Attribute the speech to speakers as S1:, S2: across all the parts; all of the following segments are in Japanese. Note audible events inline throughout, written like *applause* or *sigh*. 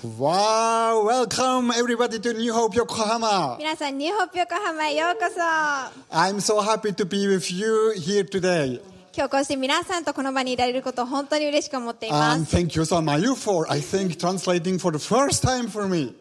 S1: Wow, welcome everybody to New Hope Yokohama.
S2: 皆さん、ニューホップ横浜へようこそ。今
S1: I'm so happy to be with you here today.
S2: 日こうして皆さんとこの場にいられることを本当に嬉しく思っていま
S1: And
S2: す。
S1: thank you, Samayu, for I think translating for the first time for me.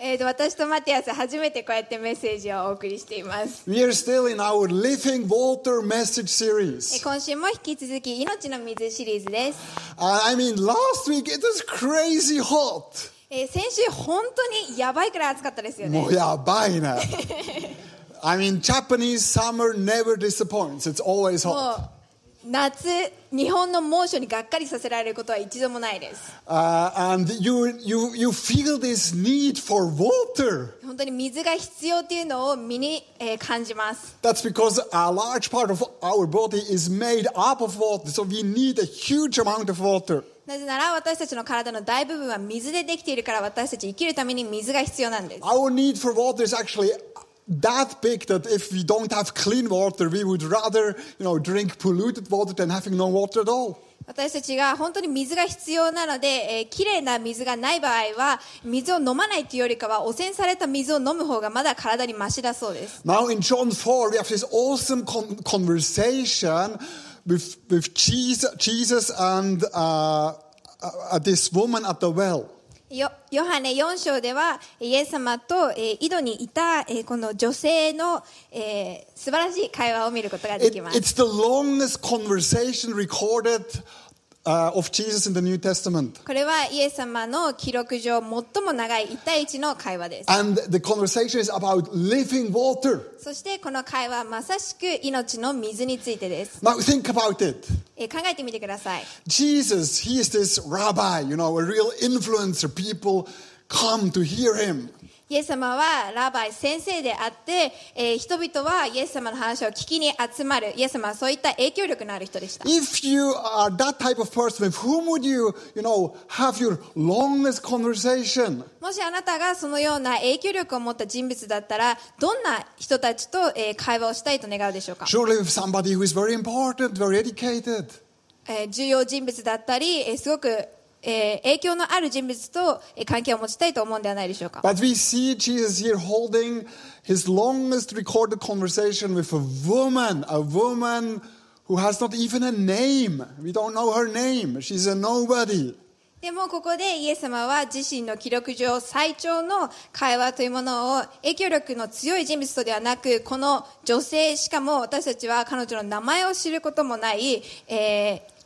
S2: えーと私とマティアス、初めてこうやってメッセージをお送りしています。
S1: We are still in our Living Water message
S2: えー
S1: series.
S2: 今週も引き続き、命の水シリーズです。
S1: Uh, I mean, last week it was crazy hot.
S2: えー先週、本当にやばいくらい暑かったですよね。
S1: I mean, Japanese summer never disappoints. It's always
S2: も
S1: hot.
S2: う夏、日本の猛暑にがっかりさせられることは一度もないです。
S1: Uh, and you, you, you feel this need for water.
S2: 本当に水が必要というのを身に、えー感じます。
S1: That's because a large part of our body is made up of water, so we need a huge amount of water.
S2: なぜなら私たちの体の大部分は水でできているから私たち生きるために水が必要なんです
S1: Our need for water is actually that big that if we don't have clean water, we would rather, you know, drink polluted water than having no water at all.
S2: 私たちが本当に水が必要なので、えー、きれいな水がない場合は水を飲まないというよりかは汚染された水を飲む方がまだ体にマシだそうです
S1: Now in John 4, we have this awesome con- conversation with, with Jesus, Jesus and uh, uh, uh, this woman at the well.
S2: よヨハネ4章ではイエス様と、えー井戸にいた、えーこの女性の、えー素晴らしい会話を見ることがで
S1: It,
S2: きます
S1: it's the longest conversation recorded uh, of Jesus in the New Testament.
S2: これはイエス様の記録上最も長い1対1の会話です
S1: And the conversation is about living water.
S2: そしてこの会話はまさしく命の水についてです、
S1: Now think about it.
S2: えー考えてみてください
S1: Jesus, he is this rabbi, you know, a real influencer. People come to hear him.
S2: イエス様はラバイ先生であって、えー人々はイエス様の話を聞きに集まるイエス様はそういった影響力のある人でした
S1: If you are that type of person, with whom would you, you know, have your longest conversation?
S2: もしあなたがそのような影響力を持った人物だったらどんな人たちと、えー会話をしたいと願うでしょうか、
S1: Surely with somebody who is very important, very educated.
S2: えー重要人物だったり、えーすごく、えー影響のある人物と、えー関係を持ちたいと思うんではないでしょうか
S1: But we see Jesus here holding his longest recorded conversation with a woman, a woman who has not even a name. We don't know her name. She's a nobody.
S2: でもここでイエス様は自身の記録上最長の会話というものを影響力の強い人物とではなくこの女性しかも私たちは彼女の名前を知ることもない、えー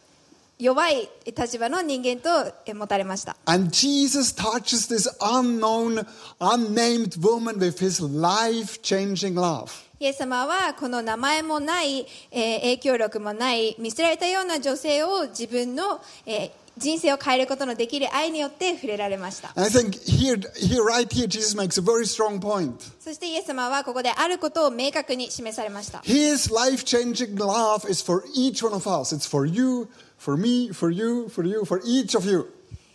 S2: 弱い立場の人間とえー持たれました
S1: And Jesus touches this unknown, unnamed woman with his life changing love.
S2: イエス様はこの名前もない、えー影響力もない見せられたような女性を自分の、えー人生を変えることのできる愛によって触れられました
S1: And I think here, here, right here, Jesus makes a very strong point.
S2: そしてイエス様はここであることを明確に示されました
S1: His life changing love is for each one of us. It's for you, for me, for you, for you, for each of you.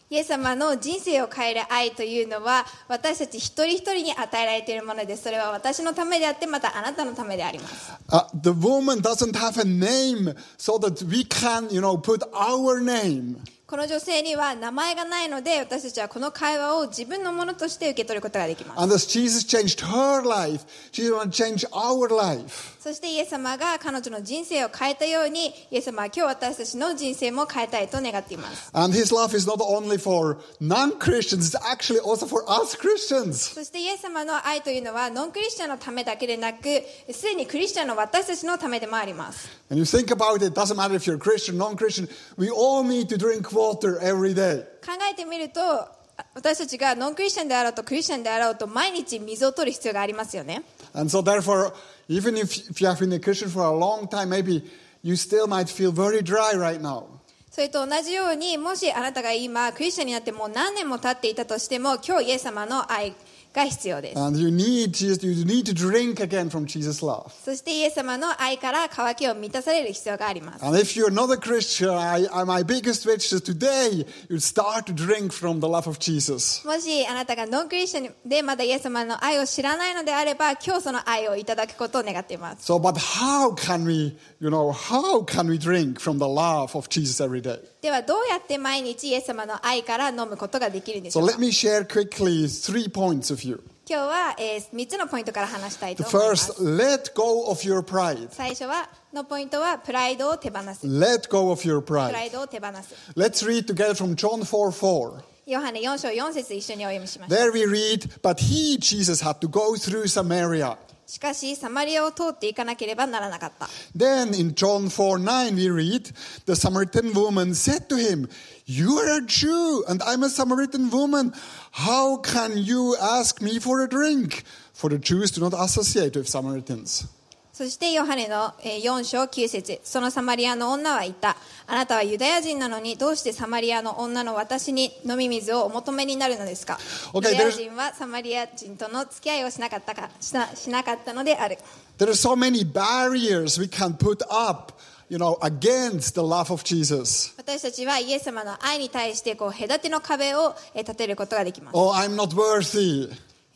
S2: イエス様の人生を変える愛というのは私たち一人一人に与えられているものですそれは私のためであってまたあなたのためであります
S1: Uh, the woman doesn't have a name, so that we can, you know, put our name.
S2: この女性には名前がないので私たちはこの会話を自分のものとして受け取ることができます
S1: And as Jesus changed her life, Jesus want to change our life.
S2: そしてイエス様が彼女の人生を変えたようにイエス様は今日私たちの人生も変えたいと願っています
S1: And His love is not only for non-Christians; it's actually also for us Christians.
S2: そしてイエス様の愛というのはノンクリスチャンのためだけでなくすでにクリスチャンの私たちのためでもあります
S1: And you think about it; doesn't matter if you're Christian, non-Christian. We all need to drink water every day.
S2: 考えてみるとあ私たちがノンクリスチャンであろうとクリスチャンであろうと毎日水を取る必要がありますよね
S1: And so, therefore, even if, if you have been a Christian for a long time, maybe you still might feel very dry right now.
S2: それと同じようにもしあなたが今クリスチャンになってもう何年も経っていたとしても今日イエス様の愛が必要です。
S1: And you need, Jesus, you need to drink again from Jesus' love.
S2: そしてイエス様の愛から渇きを満たされる必要があります。
S1: And if you're not a Christian, I, I, my biggest wish is today you start to drink from the love of Jesus.
S2: もしあなたがノンクリスチャンでまだイエス様の愛を知らないのであれば、今日その愛をいただくことを願っています。
S1: So, but how can we, you know, how can we drink from the love of Jesus every day?
S2: ではどうやって毎日イエス様の愛から飲むことができるんでし
S1: So
S2: ょうか
S1: let me share quickly three points of you.
S2: 今日は、え3つのポイントから話したい
S1: The
S2: と思います
S1: first, let go of your pride.
S2: 最初はのポイントはプライドを手放すプ
S1: Let go of your
S2: ラ
S1: pride.
S2: イドを手放す
S1: Let's read together from John 4 4.
S2: ヨハネ4章4節一緒にお読みしましょう
S1: There we read, but he, Jesus, had to go through Samaria.
S2: しかしサマリアを通っていかなければならなかった
S1: Then in John 4 9, we read, the Samaritan woman said to him, You are a Jew, and I'm a Samaritan woman. How can you ask me for a drink? For the Jews do not associate with Samaritans.
S2: そしてヨハネのえー4章9節そのサマリアの女は言ったあなたはユダヤ人なのにどうしてサマリアの女の私に飲み水をお求めになるのですか
S1: Okay,
S2: ユダヤ人はサマリア人との付き合いをしなかったかしなしなかったのである
S1: There are so many barriers we can put up, you know, against the love of Jesus.
S2: 私たちはイエス様の愛に対してこう隔ての壁をえー立てることができます
S1: Oh, I'm not worthy.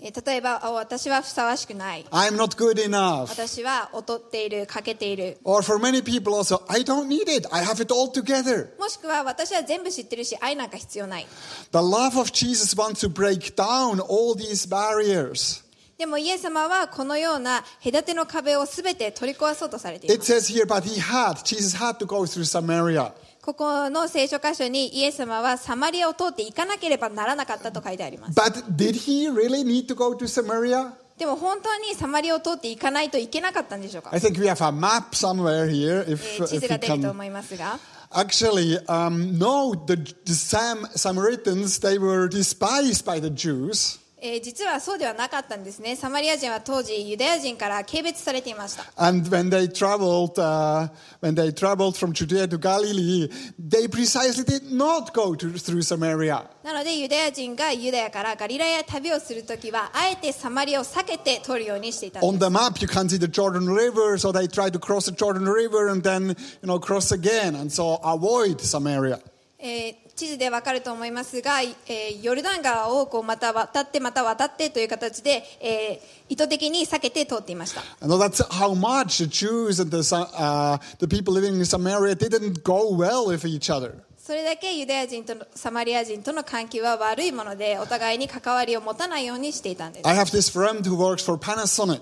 S2: えー例えばあ私はふさわしくない
S1: I'm not good enough.
S2: 私は劣っている欠けている
S1: Or for many people also, I don't need it. I have it all together.
S2: もしくは私は全部知ってるし愛なんか必要ない
S1: The love of Jesus wants to break down all these barriers.
S2: でもイエス様はこのような隔ての壁を全て取り壊そうとされていま
S1: It
S2: す
S1: says here, but he had, Jesus had to go through Samaria.
S2: ここの聖書箇所にイエス様はサマリアを通って行かなければならなかったと書いてあります
S1: But did he really need to go to Samaria?
S2: でも本当にサマリアを通って行かないといけなかったんでしょうか、
S1: I think we have a map somewhere here.
S2: え
S1: If,
S2: ー地
S1: if
S2: 図
S1: you
S2: が出ると
S1: can.
S2: 思いますが
S1: Actually, um, no, the, the Sam, Samaritans, they were despised by the Jews.
S2: えー実はそうではなかったんですねサマリア人は当時ユダヤ人から軽蔑されていました
S1: And when they traveled, uh, when they traveled from Judea to Galilee, they precisely did not go to, through Samaria.
S2: なのでユダヤ人がユダヤからガリラヤへ旅をするときはあえてサマリアを避けて通るようにしていたんです
S1: On the map, you can see the Jordan River, so they tried to cross the Jordan River and then, you know, cross again, and so avoid Samaria.
S2: えー地図でわかると思いますが、えーヨルダン川をこうまた渡ってまた渡ってという形で、えー意図的に避けて通っていました、
S1: And so that's how much the Jews and the, Sa- uh, the people living in Samaria didn't go well with each other.
S2: それだけユダヤ人とのサマリア人との関係は悪いものでお互いに関わりを持たないようにしていたんです、
S1: I have this friend who works for Panasonic.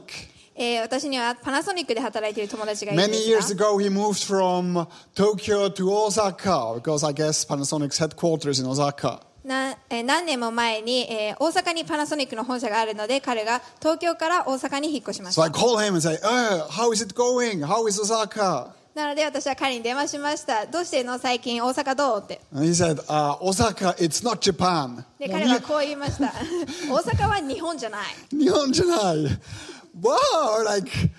S2: えー私にはパナソニックで働いている友達がいるんで
S1: Many years
S2: すが
S1: ago, he moved from Tokyo to Osaka because I guess Panasonic's headquarters in Osaka.
S2: な、えー何年も前に、えー大阪にパナソニックの本社があるので彼が東京から大阪に引っ越しまし
S1: So
S2: た
S1: I call him and say, uh, "How is it going? How is Osaka?"
S2: なので私は彼に電話しましたどうしてるの最近大阪どうって
S1: And he said, uh, "Osaka, it's not Japan."
S2: で彼はこう言いま *laughs* した大阪は日本じゃない
S1: Nihonjanai. Wow, like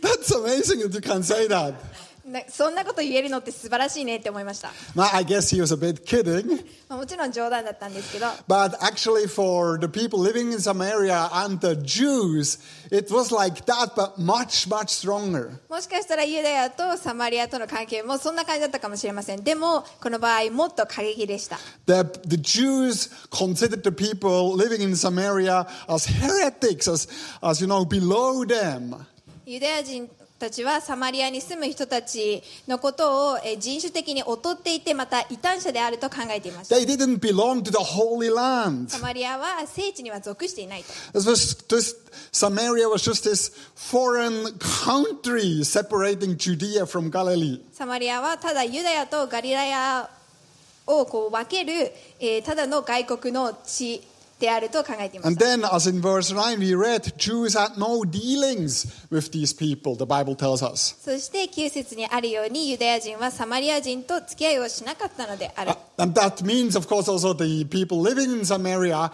S1: that's amazing that you can say that.
S2: なそんなこと言えるのって素晴らしいねって思いました、
S1: Now, I guess he was a bit kidding,
S2: まあ、もちろん冗談だったんですけど
S1: but actually, for the people living in Samaria and the Jews, it was like that, but much, much stronger.
S2: もしかしたらユダヤとサマリアとの関係もそんな感じだったかもしれませんでもこの場合もっと過激でした
S1: The, the Jews considered the people living in Samaria as heretics, as, as you know, below them.
S2: ユダヤ人たちはサマリアに住む人たちのことをえー人種的に劣っていてまた異端者であると考えていました
S1: They didn't belong to the Holy
S2: サ
S1: Land.
S2: マリアは聖地には属していないと
S1: This was just, Samaria was just this foreign country separating Judea from Galilee.
S2: サマリアはただユダヤとガリラヤをこう分ける、えーただの外国の地であると考えていま
S1: And
S2: す
S1: then, as in verse 9 we read, Jews had no dealings with these people, the Bible tells us.
S2: そして9節にあるようにユダヤ人はサマリア人と付き合いをしなかったのである
S1: And that means, of course, also the people living in Samaria,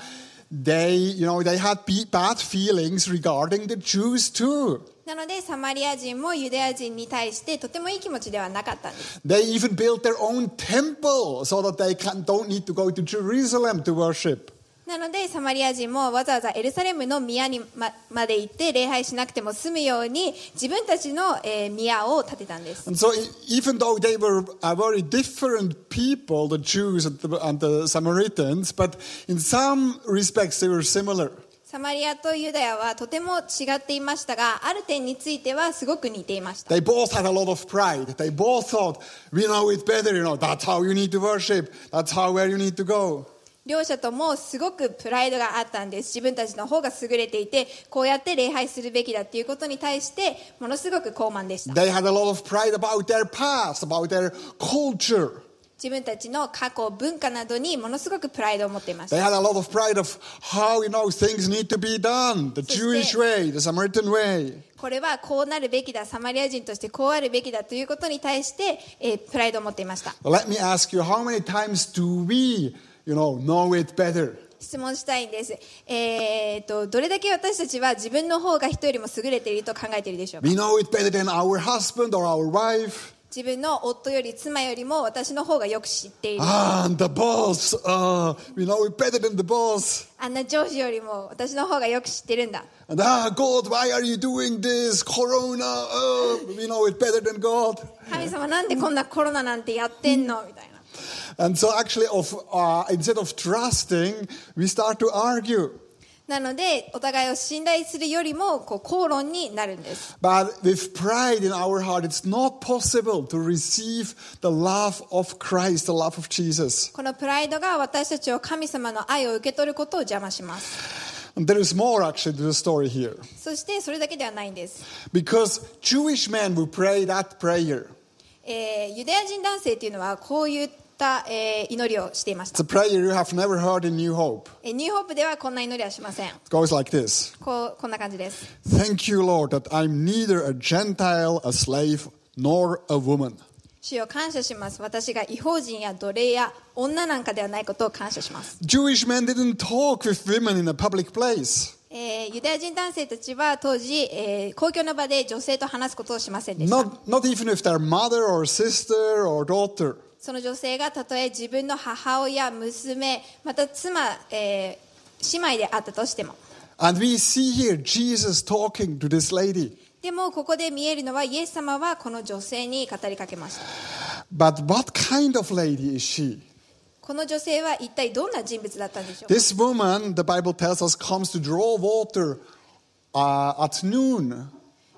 S1: they, you know, they had be- bad feelings regarding the Jews too.
S2: なのでサマリア人もユダヤ人に対してとてもいい気持ちではなかったんです
S1: They even built their own temple so that they can, don't need to go to Jerusalem to worship.
S2: なのでサマリア人もわざわざエルサレムの宮にままで行って礼拝しなくても済むように自分たちの、えー宮を建てたんです。
S1: And so, e- even though they were a very different people, the Jews and the, and the Samaritans, but in some respects they were similar.
S2: サマリアとユダヤはとても違っていましたがある点についてはすごく似ていました
S1: They both had a lot of pride. They both thought, we know it better, you know, that's how you need to worship, that's how where you need to go.
S2: 両者ともすごくプライドがあったんです自分たちの方が優れていてこうやって礼拝するべきだっていうことに対してものすごく高慢でした
S1: They had a lot of pride about their past, about their culture.
S2: 自分たちの過去文化などにものすごくプライドを持っていまし
S1: They
S2: た
S1: had a lot of pride of how, you know, things need to be done. The Jewish way, the Samaritan way.
S2: これはこうなるべきだサマリア人としてこうあるべきだということに対して、えープライドを持っていました
S1: Well, let me ask you, how many times do we, you know, know it better?
S2: 質問したいんです、えー、とどれだけ私たちは自分の方が人よりも優れていると考えているでしょうか
S1: We know it better than our husband or our wife.
S2: 自分の夫より妻よりも私の方がよく知っている
S1: Ah, and the boss. Uh, we know it better than the boss.
S2: あんな上司よりも私の方がよく知ってるんだ
S1: And ah, God, why are you doing this? Corona. Uh, we know it better than God.
S2: 神様なんでこんなコロナなんてやってんのみたいな
S1: And so, actually, of uh, instead of trusting, we start to argue.
S2: なのでお互いを信頼するよりもこう口論になるんです
S1: But with pride in our heart, it's not possible to receive the love of Christ, the love of Jesus.
S2: このプライドが私たちを神様の愛を受け取ることを邪魔します
S1: And there is more actually to the story here.
S2: そしてそれだけではないんです、
S1: Because Jewish men would pray that prayer.
S2: えーユダヤ人男性というのはこういった、えー祈りをしていまし
S1: It's a
S2: た、
S1: prayer you have never heard in New Hope.
S2: えーニューホープではこんな祈りはしません
S1: It goes like this.
S2: こうこんな感じです
S1: Thank you, Lord, that I'm neither a Gentile, a slave, nor a woman.
S2: 主よ感謝します私が違法人や奴隷や女なんかではないことを感謝します、
S1: Jewish men didn't talk with women in a public place.
S2: えーユダヤ人男性たちは当時、えー公共の場で女性と話すことをしませんでした
S1: Not, not even with their mother or sister or daughter.
S2: その女性がたとえ自分の母親娘また妻、えー姉妹であったとしても
S1: And we see here Jesus talking to this lady.
S2: でもここで見えるのはイエス様はこの女性に語りかけました
S1: But what kind of lady is she?
S2: この女性は一体どんな人物だったんでしょうか
S1: This woman, the Bible tells us, comes to draw water uh, at noon.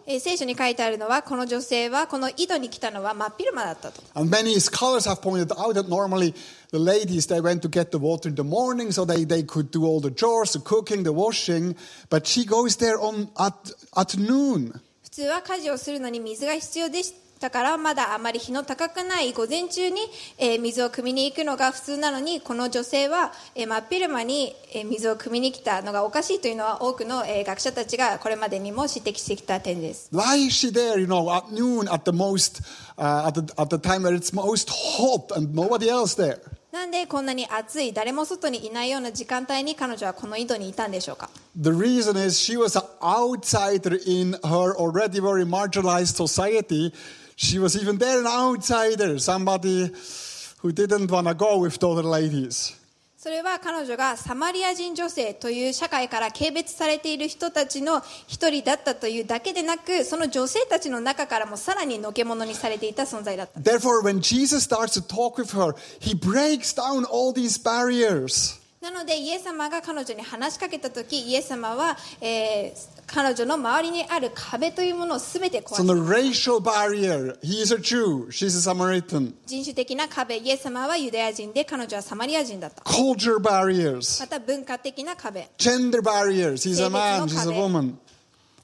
S2: えー聖書に書いてあるのはこの女性はこの井戸に来たのは真っ昼間だったと
S1: And many scholars have pointed out that normally the ladies they went to get the water in the morning so they, they could do all the chores, the cooking, the washing, but she goes there on at at noon.
S2: 普通は家事をするのに水が必要でしたからまだあまり日の高くない午前中に、えー水を汲みに行くのが普通なのにこの女性は、えー真っ昼間に、えー水を汲みに来たのがおかしいというのは多くの、えー学者たちがこれまでにも指摘してきた点です
S1: Why is she there, you know, at noon at the most uh, at, the, at the time where it's most hot and nobody else there?
S2: なんでこんなに暑い誰も外にいないような時間帯に彼女はこの井戸にいたんでしょうか
S1: The reason is she was an outsider in her already very marginalized society. She was even there an outsider, somebody who didn't want to go with the other ladies.
S2: それは彼女がサマリア人女性という社会から軽蔑されている人たちの一人だったというだけでなくその女性たちの中からもさらにのけ者にされていた存在だった
S1: Therefore, when Jesus starts to talk with her, he breaks down all these barriers.
S2: なのでイエス様が彼女に話しかけた時イエス様は、えー彼女の周りにある壁というものを全て壊
S1: So
S2: す
S1: the racial barrier, he is a Jew, she's a Samaritan.
S2: 人種的な壁イエス様はユダヤ人で彼女はサマリア人だった
S1: Culture barriers,
S2: また文化的な壁
S1: gender barriers, he's a man, she's a woman.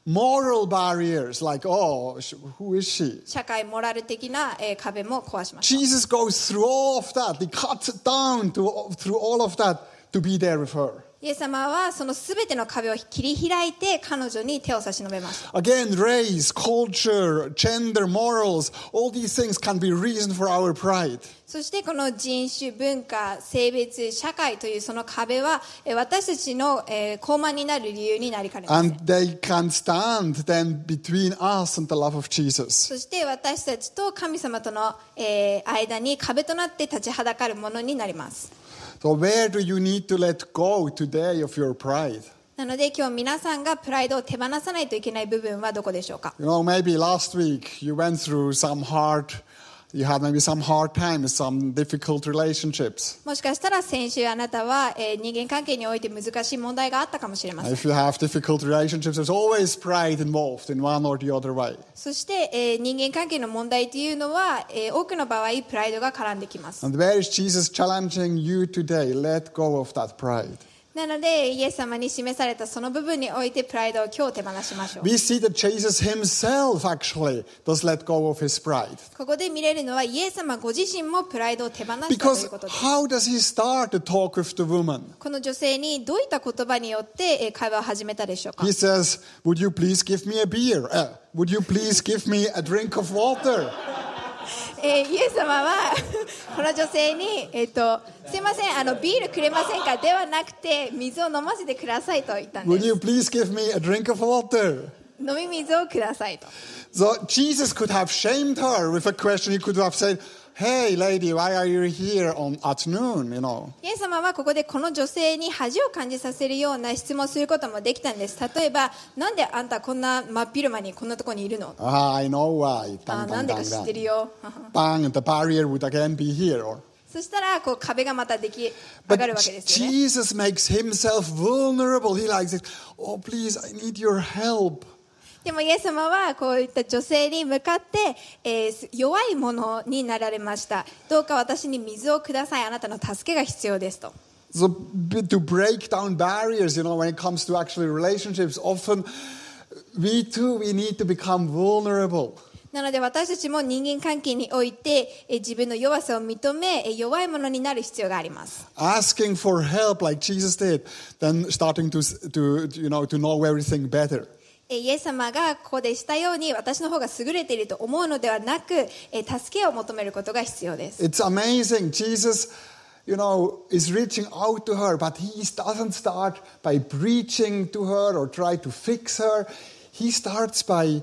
S1: Moral barriers, like, oh, sh- who is she?
S2: 社会モラル的な、えー壁も壊しました
S1: Jesus goes through all of that. He cuts down to, through all of that to be there with her.
S2: イエス様はその全ての壁を切り開いて彼女に手を差し伸べました
S1: Again, race, culture, gender, morals, all these things can be reason for our pride.
S2: そしてこの人種、文化、性別、社会というその壁はえー私たちのえー高慢になる理由になりかねません
S1: And。they can stand then between us and the love of Jesus.
S2: そして私たちと神様とのえー間に壁となって立ちはだかるものになります。
S1: So, where do you need to let go today of your pride?
S2: なので今日皆さんがプライドを手放さないといけない部分はどこでしょうか
S1: You know, maybe last week you went through some hard, you had maybe some hard times, some difficult relationships.
S2: もしかしたら先週あなたは、えー人間関係において難しい問題があったかもしれません
S1: If you have difficult relationships, there's always pride involved in one or the other way.
S2: そして、えー人間関係の問題というのは、えー多くの場合プライドが絡んできます
S1: And where is Jesus challenging you today? Let go of that pride.
S2: なのでイエス様に示されたその部分においてプライドを今日手放しましょう
S1: We see that Jesus himself actually does let go of his pride.
S2: ここで見れるのはイエス様ご自身もプライドを手放したとい
S1: Because
S2: うことです
S1: how does he start the talk with the woman?
S2: この女性にどういった言葉によってえー会話を始めたでしょうか
S1: He says, Would you please give me a beer? Uh, would you please give me a drink of water?
S2: えーイエス様は *laughs* この女性に、えっと「すいませんあのビールくれませんか?」ではなくて水を飲ませてくださいと言ったんで
S1: Would
S2: す
S1: you please give me a drink of water?
S2: 飲み水をくださいと
S1: So Jesus could have shamed her with a question. He could have said, Hey, lady, why are you here on, at noon? You know.
S2: イエス様はここでこの女性に恥を感じさせるような質問をすることもできたんです例えば「なんであんたこんな真っ昼間にこんなとこにいるの?」
S1: Ah, I know why.
S2: あ
S1: Dang,
S2: ーな
S1: dang,
S2: んでか
S1: dang,
S2: 知ってる
S1: dang.
S2: よ *laughs*
S1: Bang, the barrier would again be here. Or,
S2: そしたらこう壁がまたでき上
S1: but
S2: がるわけ
S1: Je-
S2: ですよね
S1: Jesus makes himself vulnerable. He likes it. Oh, please, I need your help.
S2: でもイエス様はこういった女性に向かって、えーす弱いものになられましたどうか私に水をくださいあなたの助けが必要ですと
S1: So b- to break down barriers, you know, when it comes to actually relationships, often we too we need to become vulnerable.
S2: なので私たちも人間関係において、えー自分の弱さを認め、えー弱いものになる必要があります
S1: asking for help like Jesus did, then starting to, to, you know, to know everything better.
S2: えーイエス様がここでしたように私の方が優れていると思うのではなく、えー助けを求めることが必要です
S1: It's amazing. Jesus, you know, is reaching out to her, but he doesn't start by preaching to her or try to fix her. He starts by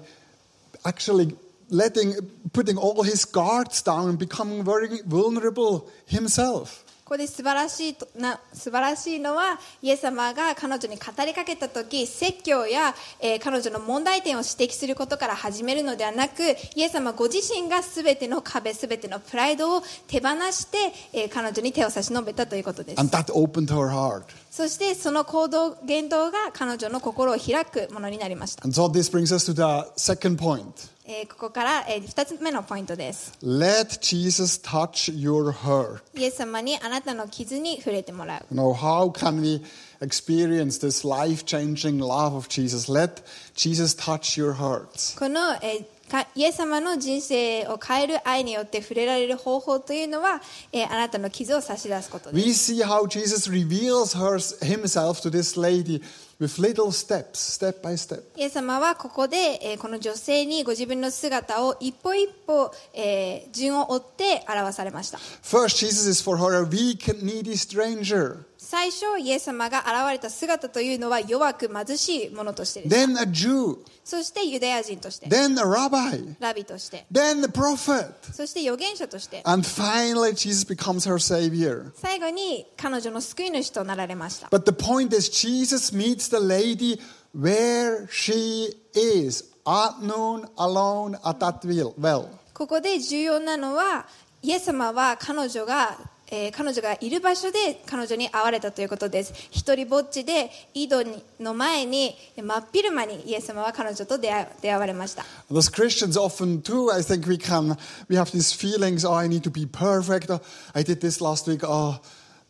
S1: actually letting, putting all his guards down and becoming very vulnerable himself.
S2: ここで素晴らしいとな素晴らしいのはイエス様が彼女に語りかけた時説教や、えー彼女の問題点を指摘することから始めるのではなくイエス様ご自身が全ての壁全てのプライドを手放して、えー彼女に手を差し伸べたということです
S1: And that opened her heart.
S2: そしてその行動言動が彼女の心を開くものになりました、
S1: And so this brings us to the second point.
S2: えーここから、え2つ目のポイントです
S1: Let Jesus touch your heart.
S2: イエス様にあなたの傷に触れてもらう
S1: You know, how can we experience this life changing love of Jesus? Let Jesus touch your hearts.
S2: この、えーかイエス様の人生を変える愛によって触れられる方法というのは、えーあなたの傷を差し出すことです
S1: We see how Jesus reveals her, himself to this lady with little steps, step by step.
S2: イエス様はここで、えーこの女性にご自分の姿を一歩一歩、えー順を追って表されました
S1: First, Jesus is for her a weak and needy stranger,
S2: 最初イエス様が現れた姿というのは弱く貧しいものとしてです
S1: then a Jew,
S2: そしてユダヤ人として
S1: then a rabbi,
S2: ラビとして
S1: then a prophet.
S2: そして預言者として
S1: And finally, Jesus becomes her savior.
S2: 最後に彼女の救い主となられました
S1: But the point is, Jesus meets the lady where she is at noon alone at that wheel- well.
S2: ここで重要なのはイエス様は彼女が、えー彼女がいる場所で彼女に会われたということです一人ぼっちで井戸にの前に真っ昼間にイエス様は彼女と出会出会われました
S1: And as Christians, often too, I think we can we have these feelings. Oh, I need to be perfect. Oh, I did this last week. Oh,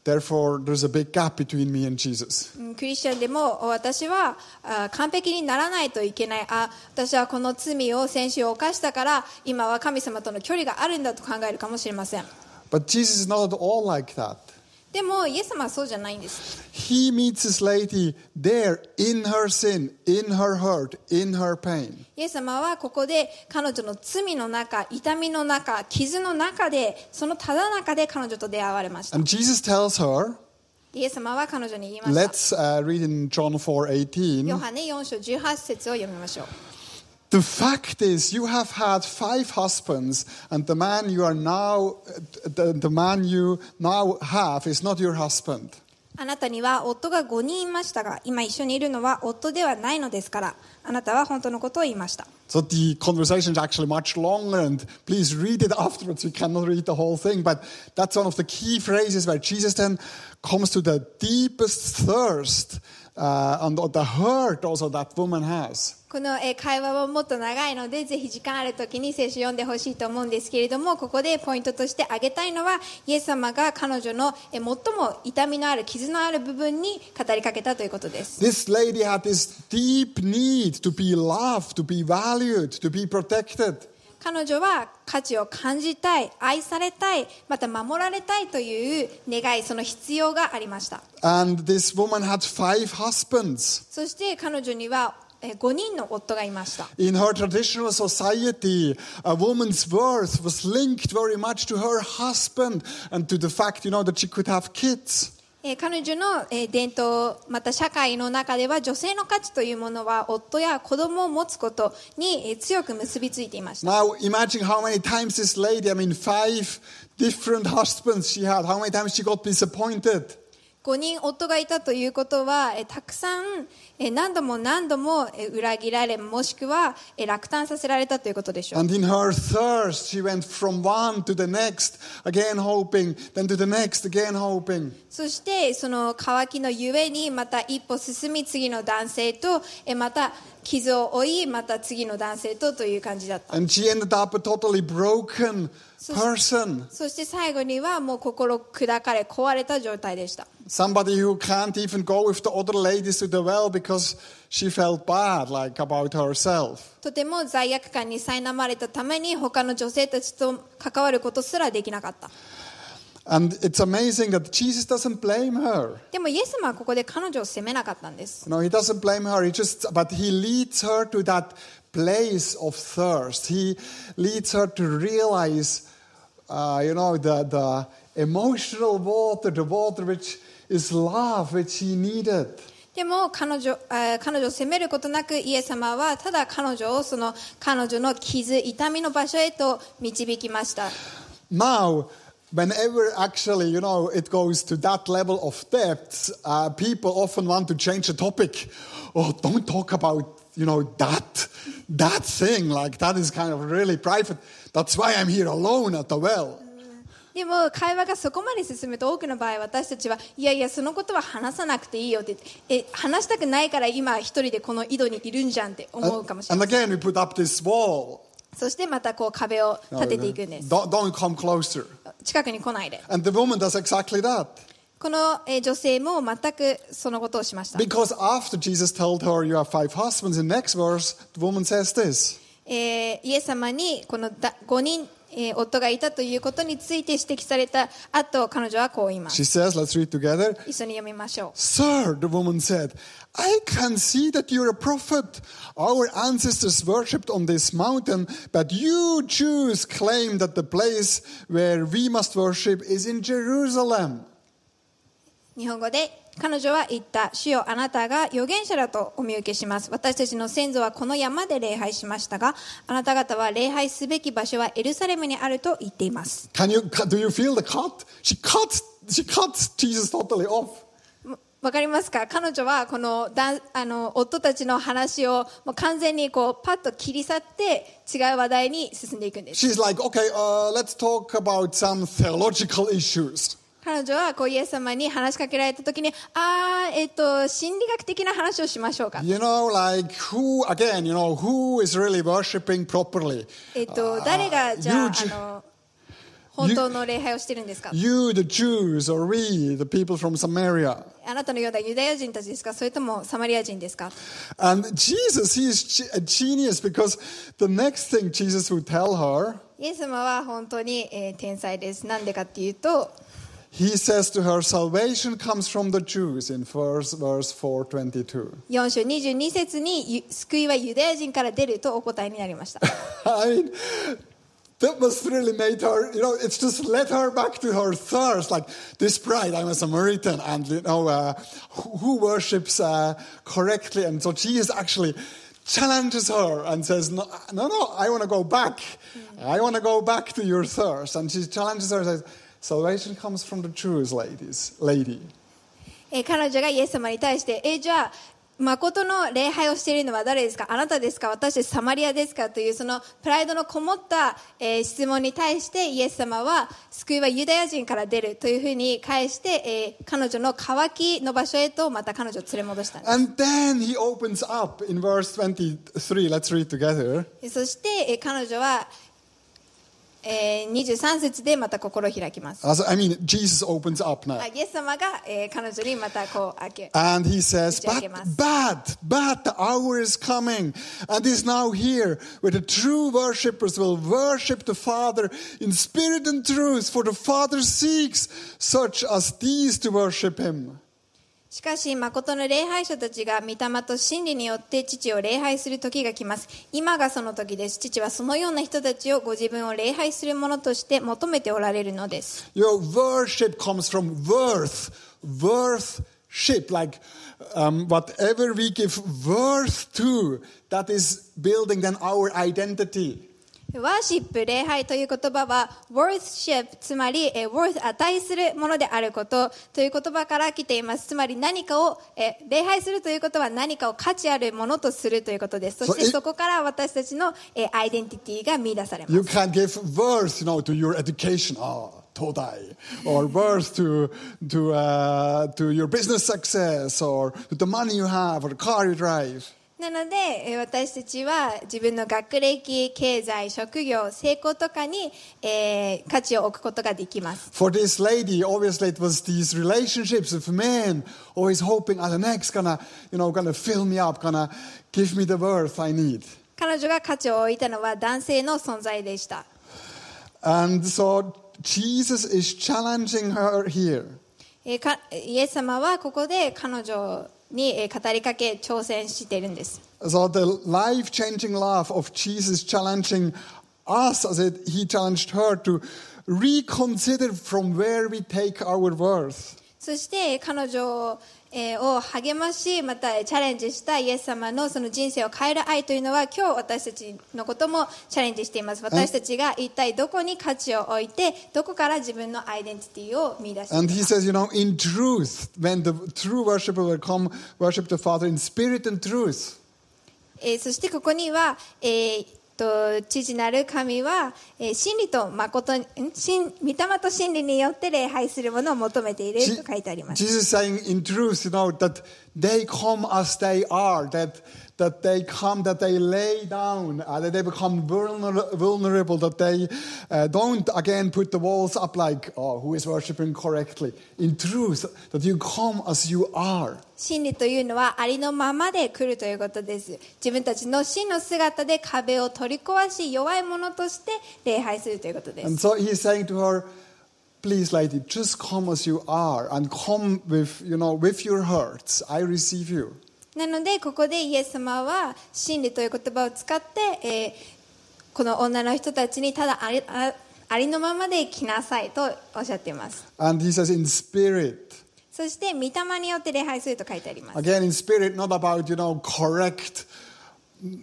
S1: therefore, there's a big gap between me and Jesus.
S2: うんクリスチャンでもお私はあ完璧にならないといけないあ私はこの罪を先週犯したから今は神様との距離があるんだと考えるかもしれません
S1: But Jesus is not at all like that.
S2: でもイエス様はそうじゃないんです
S1: He meets this lady there in her sin, in her hurt, in her pain.
S2: イエス様はここで彼女の罪の中痛みの中傷の中でそのただ中で彼女と出会われました
S1: And Jesus tells her,
S2: イエス様は彼女に言いました
S1: Let's uh, read in John 4
S2: ヨ
S1: 18.
S2: ハネ4章18節を読みましょう
S1: The fact is, you have had five husbands, and the man you are now, the, the man you now have is not your husband.
S2: あなたには夫が5人いましたが今一緒にいるのは夫ではないのですからあなたは本当のことを言いました
S1: So the conversation is actually much longer, and please read it afterwards. We cannot read the whole thing, but that's one of the key phrases where Jesus then comes to the deepest thirst uh, and the hurt also that woman has.
S2: このえー会話はもっと長いのでぜひ時間ある時に聖書読んでほしいと思うんですけれどもここでポイントとして挙げたいのはイエス様が彼女のえー最も痛みのある傷のある部分に語りかけたということです
S1: This lady had this deep need to be loved, to be valued, to be protected.
S2: 彼女は価値を感じたい愛されたいまた守られたいという願いその必要がありました
S1: And this woman had five husbands.
S2: そして彼女には5人の夫がいました
S1: In her traditional society, a woman's worth was linked very much to her husband and to the fact, you know, that she could have kids.
S2: えー彼女のえー伝統また社会の中では女性の価値というものは夫や子供を持つことにえー強く結びついていました
S1: Now imagine how many times this lady, I mean, five different husbands she had, how many times she got disappointed.
S2: 5人夫がいたということはえーたくさんえー何度も何度もえー裏切られもしくはえー落胆させられたということでしょう
S1: And in her thirst, she went from one to the next, again hoping, then to the next, again hoping.
S2: そしてその渇きのゆえにまた一歩進み次の男性とえーまた傷を負いまた次の男性とという感じだった
S1: And she ended up a totally broken
S2: So-
S1: person.
S2: そして最後にはもう心砕かれ壊れた状態でした
S1: Somebody who can't even go with the other ladies to the well because she felt bad, like about herself.
S2: とても罪悪感に苛まれたために他の女性たちと関わることすらできなかった
S1: And it's amazing that Jesus doesn't blame her.
S2: でもイエス様はここで彼女を責めなかったんです
S1: You know, he doesn't blame her. He just, but he leads her to that place of thirst. He leads her to realize, uh, you know, the, the emotional water, the water which is love, which he needed.
S2: でも彼女えー彼女を責めることなくイエス様はただ彼女をその彼女の傷痛みの場所へと導きました
S1: Now, whenever actually, you know, it goes to that level of depth, uh, people often want to change the topic. Oh, don't talk about, you know, that, that thing. Like, that is kind of really private. That's why I'm here alone at the well.
S2: でも会話がそこまで進むと多くの場合私たちはいやいやそのことは話さなくていいよってえ話したくないから今一人でこの井戸にいるんじゃんって思うかも
S1: And,
S2: しれ
S1: and again,
S2: ない
S1: we put up this wall.
S2: そしてまたこう壁を
S1: No,
S2: 立てていくんです
S1: don't, don't come closer.
S2: 近くに来ないで
S1: And the woman does exactly that.
S2: このえー女性も全くそのことをしました、
S1: Because after Jesus told her, You have five husbands, in next verse, the woman says this.
S2: えーイエス様にこのだ5人、えー夫がいたということについて指摘された後彼女はこう言います
S1: She says, Let's read together.
S2: 一緒に読みましょう
S1: Sir, the woman said, I can see that you're a prophet. Our ancestors worshipped on this mountain, but you Jews claim that the place where we must worship is in Jerusalem.
S2: 日本語で彼女は言った主よあなたが預言者だとお見受けします私たちの先祖はこの山で礼拝しましたがあなた方は礼拝すべき場所はエルサレムにあると言っています
S1: Can you do you feel the cut? She cuts she cuts Jesus totally off.
S2: もわかりますか彼女はこのだあの夫たちの話をもう完全にこうパッと切り去って違う話題に進んでいくんです
S1: She's like, okay, uh, let's talk about some theological issues.
S2: 彼女はこうイエス様に話しかけられた時にあー、えっと、心理学的な話をしましょうか
S1: You know, like who again? You know who is really worshiping properly?
S2: えっと誰がじゃあ
S1: you ju-
S2: あの本当の礼拝をしてるんですか
S1: You, the Jews, or we, the people from Samaria?
S2: あなたのようなユダヤ人たちですかそれともサマリア人ですか
S1: And Jesus, he is ge- a genius because the next thing Jesus would tell her,
S2: イエス様は本当に、えー天才ですなんでかっていうと
S1: he says to her, Salvation comes from the Jews in verse, verse 422.
S2: 4章22節にゆ救いはユダヤ人から出るとお答えになりました
S1: *laughs* I mean, that must really made her, you know, it's just led her back to her thirst, like this pride, I'm a Samaritan, and, you know, uh, who, who worships uh, correctly. And so she is actually challenges her and says, No, no, no I want to go back. I want to go back to your thirst. And she challenges her and says, Salvation comes from the Jews, ladies, lady.
S2: えー彼女がイエス様に対して、えーじゃあ、誠の礼拝をしているのは誰ですかあなたですか私たちサマリアですかというそのプライドのこもった、えー質問に対してイエス様は救いはユダヤ人から出るというふうに返して、えー彼女の乾きの場所へとまた彼女を連れ戻したんです
S1: And then he opens up in verse 23. Let's read together.
S2: えそして、えー彼女は、えー23節でまた心を開きます。
S1: As, I mean, Jesus opens up now.
S2: あイエス様が、えー彼女にまたこう開け
S1: And he says, But,
S2: Jagamas.
S1: but, but the hour is coming and is now here where the true worshippers will worship the Father in spirit and truth, for the Father seeks such as these to worship him.
S2: しかし、誠の礼拝者たちが御霊と真理によって父を礼拝する時が来ます。今がその時です。父はそのような人たちをご自分を礼拝するものとして求めておられるのです。
S1: Your worship comes from worth, worthship, like um, whatever we give worth to, that is building then our identity.
S2: ワーシップ、礼拝という言葉は、worthship、つまり、えー worth、値するものであることという言葉から来ています。つまり何かを、えー礼拝するということは何かを価値あるものとするということです。そして
S1: そうえ
S2: そこから私たちの、えーアイデンティティが見出されます。
S1: You can give worth, you know, to your education, oh, todai, or worth to to uh, to your business success, or to the money you have, or the car you drive.
S2: なので、えー私たちは自分の学歴、経済、職業、成功とかに、えー価値を置くことができます。
S1: For this lady, obviously it was these relationships with men, always hoping, "Ah, the next gonna, you know, gonna fill me up, gonna give me the worth I need."
S2: 彼女が価値を置いたのは男性の存在でした。
S1: And so Jesus is challenging her here.
S2: えーかイエス様はここで彼女にえー語りかけ挑戦しているんです
S1: So the life-changing love of Jesus challenging us as it, he challenged her to reconsider from where we take our worth.
S2: そして彼女を,、えーを励ましまたえーチャレンジしたイエス様のその人生を変える愛というのは今日私たちのこともチャレンジしています私たちが一体どこに価値を置いてどこから自分のアイデンティティを見出してい
S1: And
S2: る
S1: he
S2: か
S1: says, you know, in truth, when the true worshiper will come, worship the Father in spirit and truth.
S2: えーそしてここには、えーと父なる神は、えー真理と誠にん真御霊と真理によって礼拝するものを求めている
S1: Je-
S2: と書いてあります
S1: Jesus is saying, in truth, you know, that they come as they are, that, that they come, that they lay down, uh, that they become vulner- vulnerable, that they uh, don't again put the walls up like, oh, who is worshiping correctly? In truth, that you come as you are.
S2: 真理というのはありのままで来るということです自分たちの真の姿で壁を取り壊し弱いものとして礼拝するということです
S1: And so he's saying to her, please, lady, just come as you are and come with, you know, with your hurts. I receive you.
S2: なのでここでイエス様は真理という言葉を使って、えーこの女の人たちにただありあありのままで来なさいとおっしゃっています
S1: And he says, in spirit.
S2: そして御霊によって礼拝すると書いてあります
S1: Again, in spirit, not about, you know, correct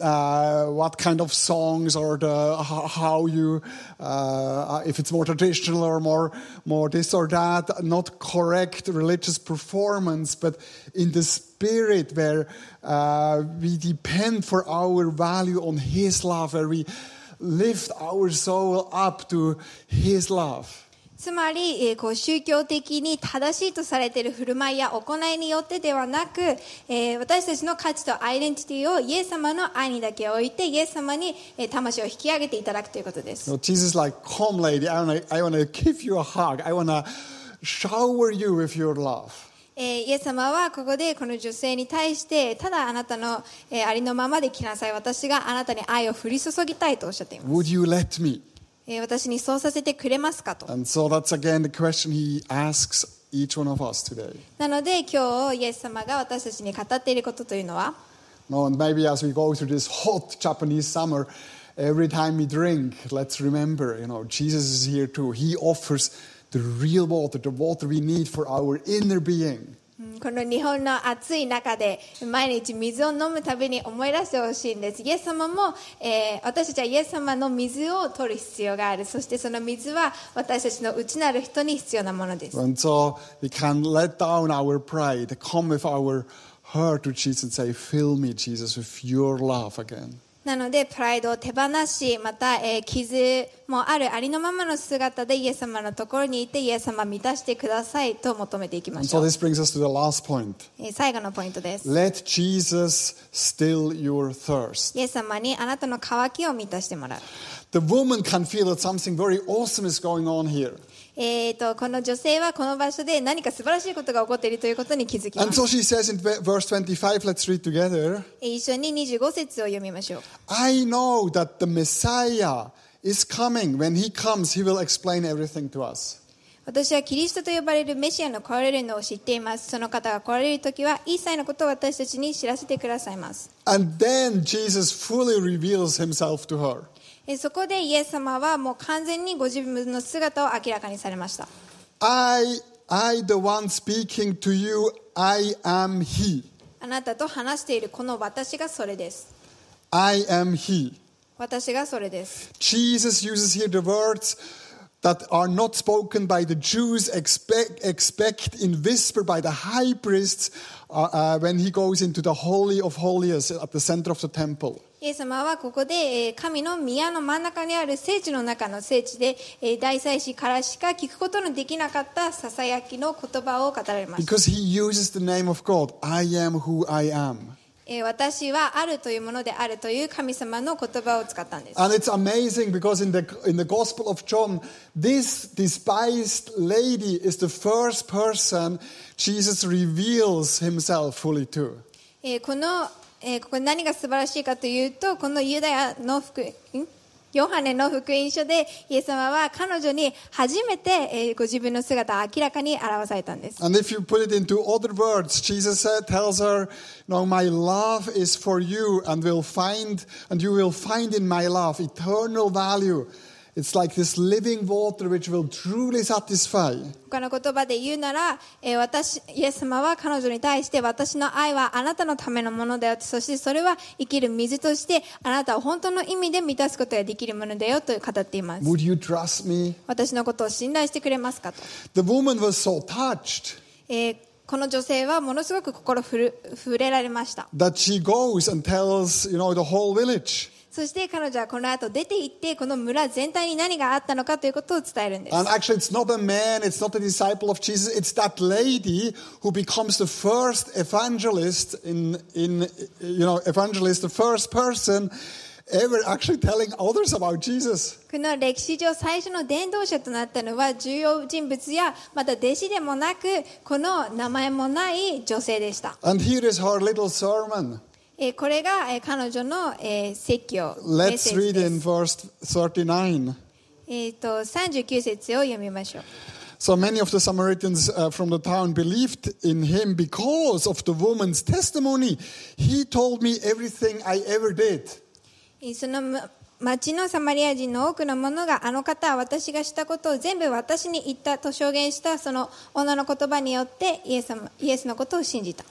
S1: uh, what kind of songs or the, how, how you, uh, if it's more traditional or more, more this or that, not correct religious performance, but in the spirit where uh, we depend for our value on His love, where we lift our soul up to His love.
S2: つまり、えーこう宗教的に正しいとされている振る舞いや行いによってではなく、えー私たちの価値とアイデンティティをイエス様の愛にだけ置いてイエス様に、えー魂を引き上げていただくということです
S1: So Jesus is like, come, lady, I want to I wanna give you a hug. I want to shower you with your love.
S2: えーイエス様はここでこの女性に対してただあなたの、えーありのままで来なさい私があなたに愛を降り注ぎたいとおっしゃっています、
S1: Would you let me?
S2: えー私にそうさせてくれますかと
S1: And so that's again the question he asks each one of us today.
S2: なので今日イエス様が私たちに語っていることというのは
S1: No, and maybe as we go through this hot Japanese summer, every time we drink, let's remember, you know, Jesus is here too. He offers the real water, the water we need for our inner being.
S2: うんこの日本の暑い中で毎日水を飲むたびに思い出してほしいんですイエス様も、えー私たちはイエス様の水を取る必要があるそしてその水は私たちの内なる人に必要なものです
S1: And so we can let down our pride, come with our heart to Jesus and say, Fill me, Jesus, with your love again.
S2: なのでプライドを手放しまた、えー傷もあるありのままの姿でイエス様のところにいてイエス様満たしてくださいと求めていきま
S1: And
S2: し
S1: so
S2: ょう、
S1: this brings us to the last point.
S2: えー最後のポイントです
S1: Let Jesus still your thirst.
S2: イエス様にあなたの渇きを満たしてもらう
S1: The woman can feel that something very awesome is going on here.
S2: えー、とこの女性はこの場所で何か素晴らしいことが起こっているということに気づきま
S1: And
S2: す
S1: so she says in ve- verse 25, let's read together
S2: えー一緒に25節を読みましょう
S1: I know that the Messiah is coming. When he comes, he will explain everything to us.
S2: 私はキリストと呼ばれるメシアの来られるのを知っていますその方が来られる時は一切のことを私たちに知らせてくださいます
S1: And then Jesus fully reveals himself to her.
S2: えーそこでイエス様はもう完全にご自分の姿を明らかにされました
S1: I, I, the one speaking to you, I am He.
S2: あなたと話しているこの私がそれです
S1: I am He.
S2: 私がそれです
S1: Jesus uses here the words that are not spoken by the Jews, expect, expect in whisper by the high priests uh, uh, when he goes into the Holy of Holies at the center of the temple.
S2: イエス様はここで、えー神の宮の真ん中にある聖地の中の聖地で、えー大祭司からしか聞くことのできなかったささやきの言葉を語られました、
S1: Because he uses the name of God. I am who I am.
S2: えー私はあるというものであるという神様の言葉を使ったんです
S1: And it's amazing because in the, in the Gospel of John, this despised lady is the first person Jesus reveals himself fully to.
S2: えーこの、えーここ何が素晴らしいかというとこのユダヤの福音ヨハネの福音書でイエス様は彼女に初めて、えーご自分の姿を明らかに表されたんです
S1: And if you put it into other words, Jesus said, tells her, "No, my love is for you, and will find, and you will find in my love eternal value. It's like this living water which will truly satisfy."
S2: 他の言葉で言うなら、えー私イエス様は彼女に対して私の愛はあなたのためのものだよそしてそれは生きる水としてあなたを本当の意味で満たすことができるものだよと語っています
S1: Would you trust me?
S2: 私のことを信頼してくれますかと、
S1: The woman was so touched.
S2: えーこの女性はものすごく心ふる触れられました
S1: that she goes and tells you know the whole village
S2: そして彼女はこの後出て行ってこの村全体に何があったのかということを伝えるんです
S1: and actually it's not a man it's not a disciple of jesus it's that lady who becomes the first evangelist in in you know evangelist the first person ever actually telling others about jesus
S2: この歴史上最初の伝道者となったのは重要人物やまた弟子でもなくこの名前もない女性でした、
S1: and here is her little sermon
S2: えーこれが、えー彼女の、えー説教メッ
S1: let's
S2: セージ
S1: read
S2: で
S1: in
S2: す、
S1: verse 39
S2: えー、と39節を読みましょう
S1: so many of the Samaritans uh, from the town believed in him because of the woman's testimony. He told me everything I ever did.
S2: えーそのむ町のサマリア人の多くの者があの方は私がしたことを全部私に言ったと証言したその女の言葉によってイエス様イエスのことを信じた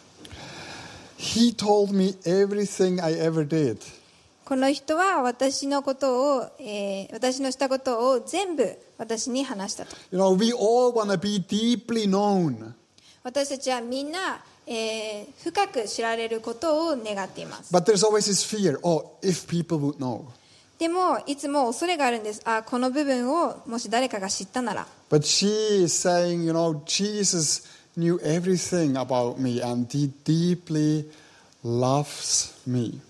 S1: He told me everything I ever did.
S2: この人は私のことを、えー私のしたことを全部私に話したと
S1: You know, we all want to be deeply known,
S2: 私たちはみんな、えー深く知られることを願っています
S1: but there's always this fear oh, if people would know.
S2: でもいつも恐れがあるんですあこの部分をもし誰かが知ったなら
S1: But she is saying, you know, Jesus knew everything about me and he deeply loves me.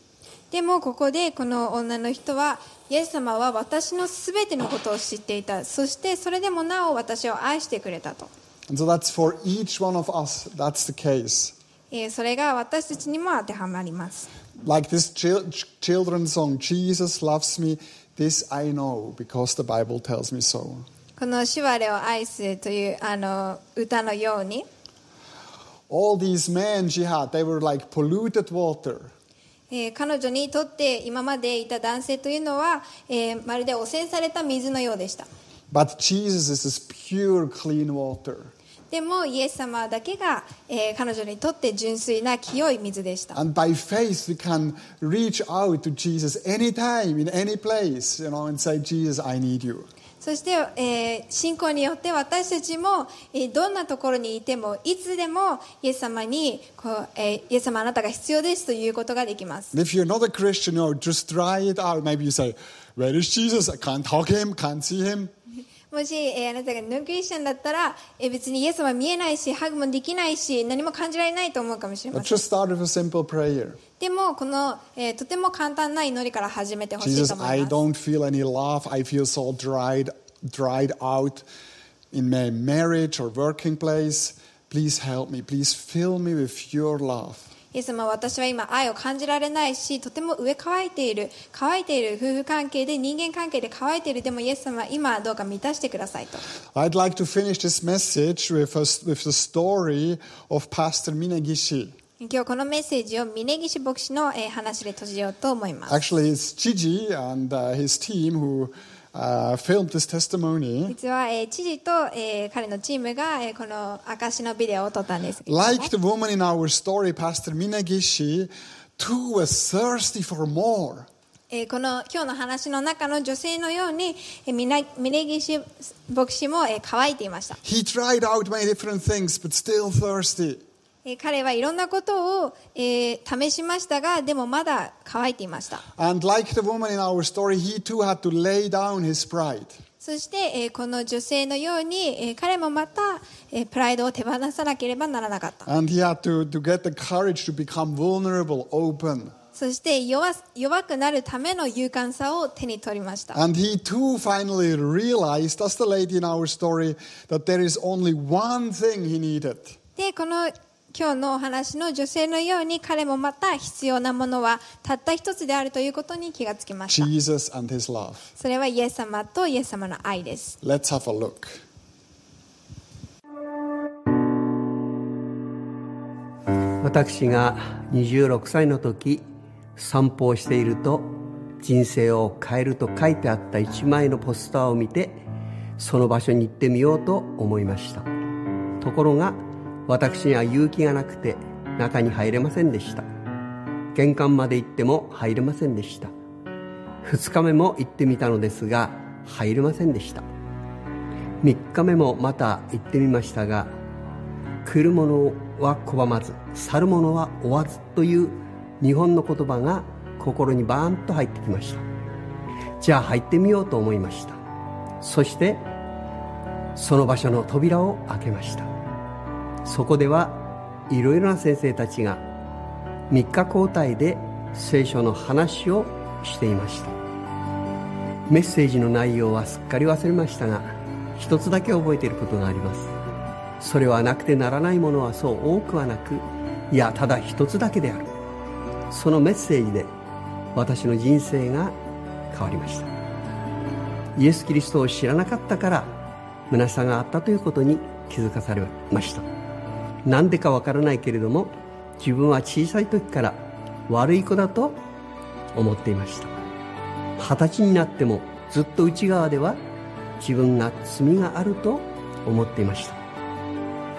S2: でもここでこの女の人はイエス様は私のすべてのことを知っていたそしてそれでもなお私を愛してくれたと、
S1: And so that's for each one of us, that's the case.
S2: えーそれが私たちにも当てはまります
S1: Like this chil- children's song, Jesus loves me, this I know because the Bible tells me so.
S2: この「シュワレを愛す」というあの歌のように
S1: All these men she had, they were like polluted water.
S2: えー彼女にとって今までいた男性というのは、えーまるで汚染された水のようでした
S1: But Jesus is this pure, clean water.
S2: でもイエス様だけが、えー彼女にとって純粋な清い水でした。
S1: And by faith, we can reach out to Jesus anytime, in any place, you know, and say, Jesus, I need you.
S2: そして、えー信仰によって私たちも、えーどんなところにいてもいつでもイエス様にこう、えーイエス様あなたが必要ですということができます。
S1: And if you're not a Christian, you know, just try it out. Maybe you say, Where is Jesus? I can't hug him, can't see him.
S2: もし、えーあなたがノンクリスチャンだったら、えー別にイエス様見えないしハグもできないし何も感じられないと思うかもしれ
S1: But
S2: ません
S1: just start with a simple prayer
S2: でもこの、えーとても簡単な祈りから始めてほしい
S1: Jesus,
S2: と思
S1: I
S2: います
S1: don't feel any love. I feel so dried, dried out in my marriage or working place. Please help me. Please fill me with your love.
S2: イエス様私は今愛を感じられないしとても上乾いている乾いている夫婦関係で人間関係で乾いているでもイエス様今どうか満たしてくださいと
S1: I'd like to finish this message with, a, with the story of Pastor Minagishi.
S2: 今日このメッセージを峯岸牧師の、えー話で閉じようと思います
S1: Actually, it's Gigi and uh, his team who uh, filmed this testimony.
S2: 実は、えー知事と、えー彼のチームが、えーこの証のビデオを撮ったんですけれども
S1: Like the woman in our story, Pastor Minagishi, too was thirsty for more.
S2: えーこの今日の話の中の女性のように、えー、みな峯岸牧師も、えー乾いていました、
S1: He tried out many different things, but still thirsty.
S2: えー彼はいろんなことを、えー試しましたがでもまだ乾いていました
S1: And like the woman in our story, he too had to lay down his pride.
S2: そして、えーこの女性のように、えー彼もまた、えープライドを手放さなければならなかった
S1: And he had to, to get the courage to become vulnerable, open.
S2: そして弱す弱くなるための勇敢さを手に取りました
S1: And he too finally realized, as the lady in our story, that there is only one thing he needed.
S2: でこの今日のお話の女性のように彼もまた必要なものはたった一つであるということに気がつきました
S1: Jesus and his love.
S2: それはイエス様とイエス様の愛です。
S1: Let's have a look.
S3: 私が26歳の時散歩をしていると人生を変えると書いてあった一枚のポスターを見てその場所に行ってみようと思いましたところが私には勇気がなくて中に入れませんでした玄関まで行っても入れませんでした2日目も行ってみたのですが入れませんでした3日目もまた行ってみましたが来る者は拒まず去る者は追わずという日本の言葉が心にバーンと入ってきましたじゃあ入ってみようと思いましたそしてその場所の扉を開けましたそこではいろいろな先生たちが3日交代で聖書の話をしていましたメッセージの内容はすっかり忘れましたが一つだけ覚えていることがありますそれはなくてならないものはそう多くはなくいやただ一つだけであるそのメッセージで私の人生が変わりましたイエス・キリストを知らなかったから虚しさがあったということに気づかされましたなんでかわからないけれども自分は小さい時から悪い子だと思っていました二十歳になってもずっと内側では自分が罪があると思っていました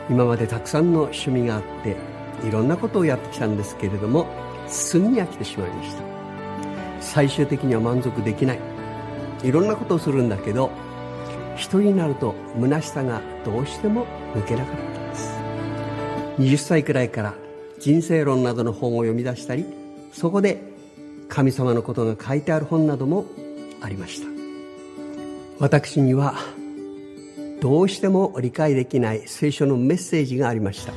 S3: 今までたくさんの趣味があっていろんなことをやってきたんですけれどもすぐに飽きてしまいました最終的には満足できないいろんなことをするんだけど一人になると虚しさがどうしても抜けなかったんです20歳くらいから人生論などの本を読み出したりそこで神様のことが書いてある本などもありました私にはどうしても理解できない聖書のメッセージがありました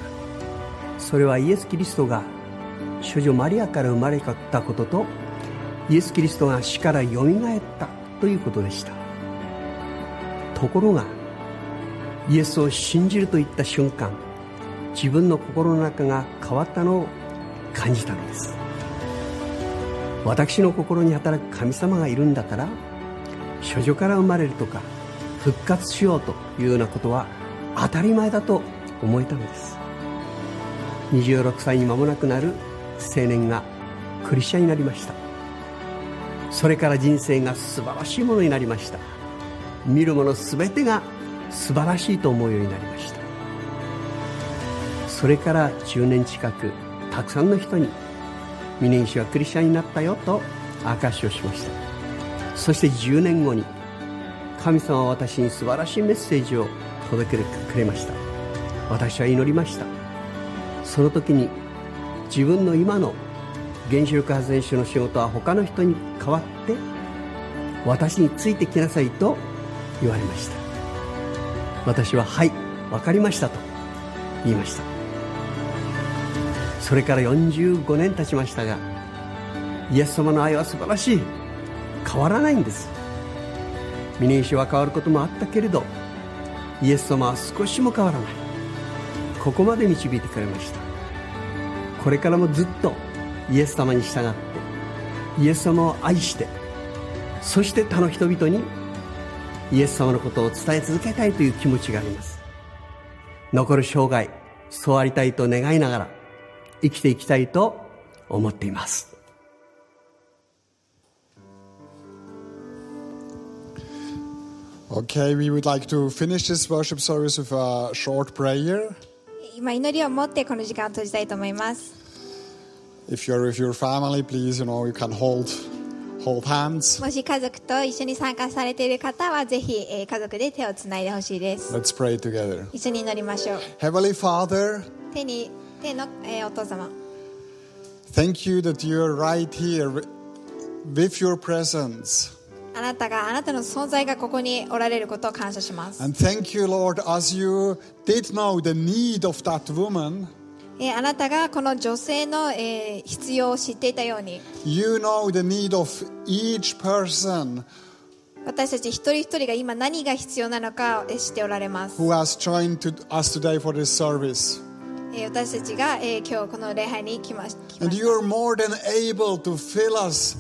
S3: それはイエス・キリストが処女マリアから生まれ変わったこととイエス・キリストが死からよみがえったということでしたところがイエスを信じると言った瞬間自分の心の中が変わったのを感じたのです私の心に働く神様がいるんだから処女から生まれるとか復活しようというようなことは当たり前だと思えたのです26歳に間もなくなる青年がクリスチャンになりましたそれから人生が素晴らしいものになりました見るもの全てが素晴らしいと思うようになりましたそれから10年近くたくさんの人に峰岸はクリスチャンになったよと証しをしましたそして10年後に神様は私に素晴らしいメッセージを届けてくれました私は祈りましたその時に自分の今の原子力発電所の仕事は他の人に代わって私についてきなさいと言われました私は「はい分かりました」と言いましたそれから45年経ちましたがイエス様の愛は素晴らしい変わらないんです峰岸は変わることもあったけれどイエス様は少しも変わらないここまで導いてくれましたこれからもずっとイエス様に従ってイエス様を愛してそして他の人々にイエス様のことを伝え続けたいという気持ちがあります残る生涯そうありたいと願いながら生きていきたいと思っています
S1: Okay, we would like to finish this worship service with a short prayer.
S2: 今祈りを持ってこの時間を閉じたいと思います
S1: If you're with your family, please, you know, you can hold hold hands.
S2: もし家族と一緒に参加されている方はぜひ、えー家族で手をつないでほしいです
S1: Let's pray together.
S2: 一緒に祈りましょう
S1: Heavenly Father,
S2: 手に手の、えーお父様
S1: thank you that you are right here wi- with your presence.
S2: あなたがあなたの存在がここにおられることを感謝します、
S1: And thank you, Lord, as you did know the need of that woman,
S2: えーあなたがこの女性の、えー必要を知っていたように
S1: you know the need of each person
S2: 私たち一人一人が今何が必要なのかをえー知っておられます、
S1: who has joined to us today for this service.
S2: えー私たちが、えー今日この礼拝に来まし来
S1: And
S2: まし
S1: you
S2: た
S1: are more than able to fill us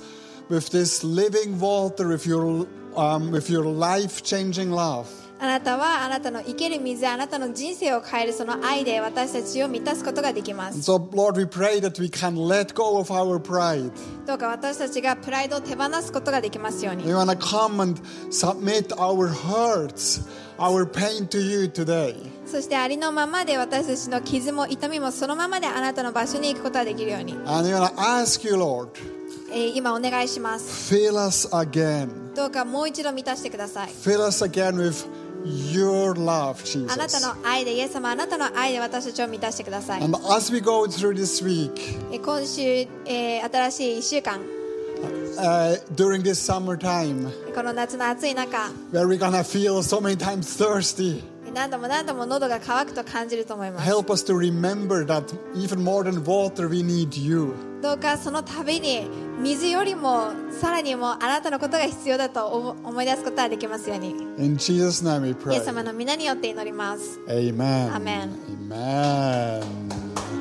S1: with this living water, with your, um, with your life changing love.
S2: あなたはあなたの生ける水あなたの人生を変えるその愛で私たちを満たすことができま
S1: And
S2: す
S1: so, Lord, we pray that we can let go of our pride.
S2: どうか私たちがプライドを手放すことができますよう
S1: We
S2: に
S1: want to come and submit our hurts, our pain to you today.
S2: そしてありのままで私たちの傷も痛みもそのままであなたの場所に行くことができるように、
S1: And we want to ask you, Lord,
S2: えー今お願いします。
S1: fill us again.
S2: どうかもう一度満たしてください。
S1: Fill us again with your love,
S2: あなた
S1: Jesus.
S2: の愛で、イエス様、あなたの愛で私たちを満たしてください。
S1: And as we go through this week,
S2: えー今週、えー新しい1週間、
S1: uh, during this summertime,
S2: この夏の暑い中、
S1: where we're gonna feel so many times thirsty.
S2: 何度も何度も喉が渇くと感じると思います。
S1: Help us to remember that even more than water, we need you.
S2: どうかその度に、水よりもさらにもうあなたのことが必要だと思思い出すことができますように。
S1: In Jesus' name we
S2: イエ
S1: pray.
S2: ス様の皆によって祈ります。
S1: Amen.
S2: Amen.
S1: Amen.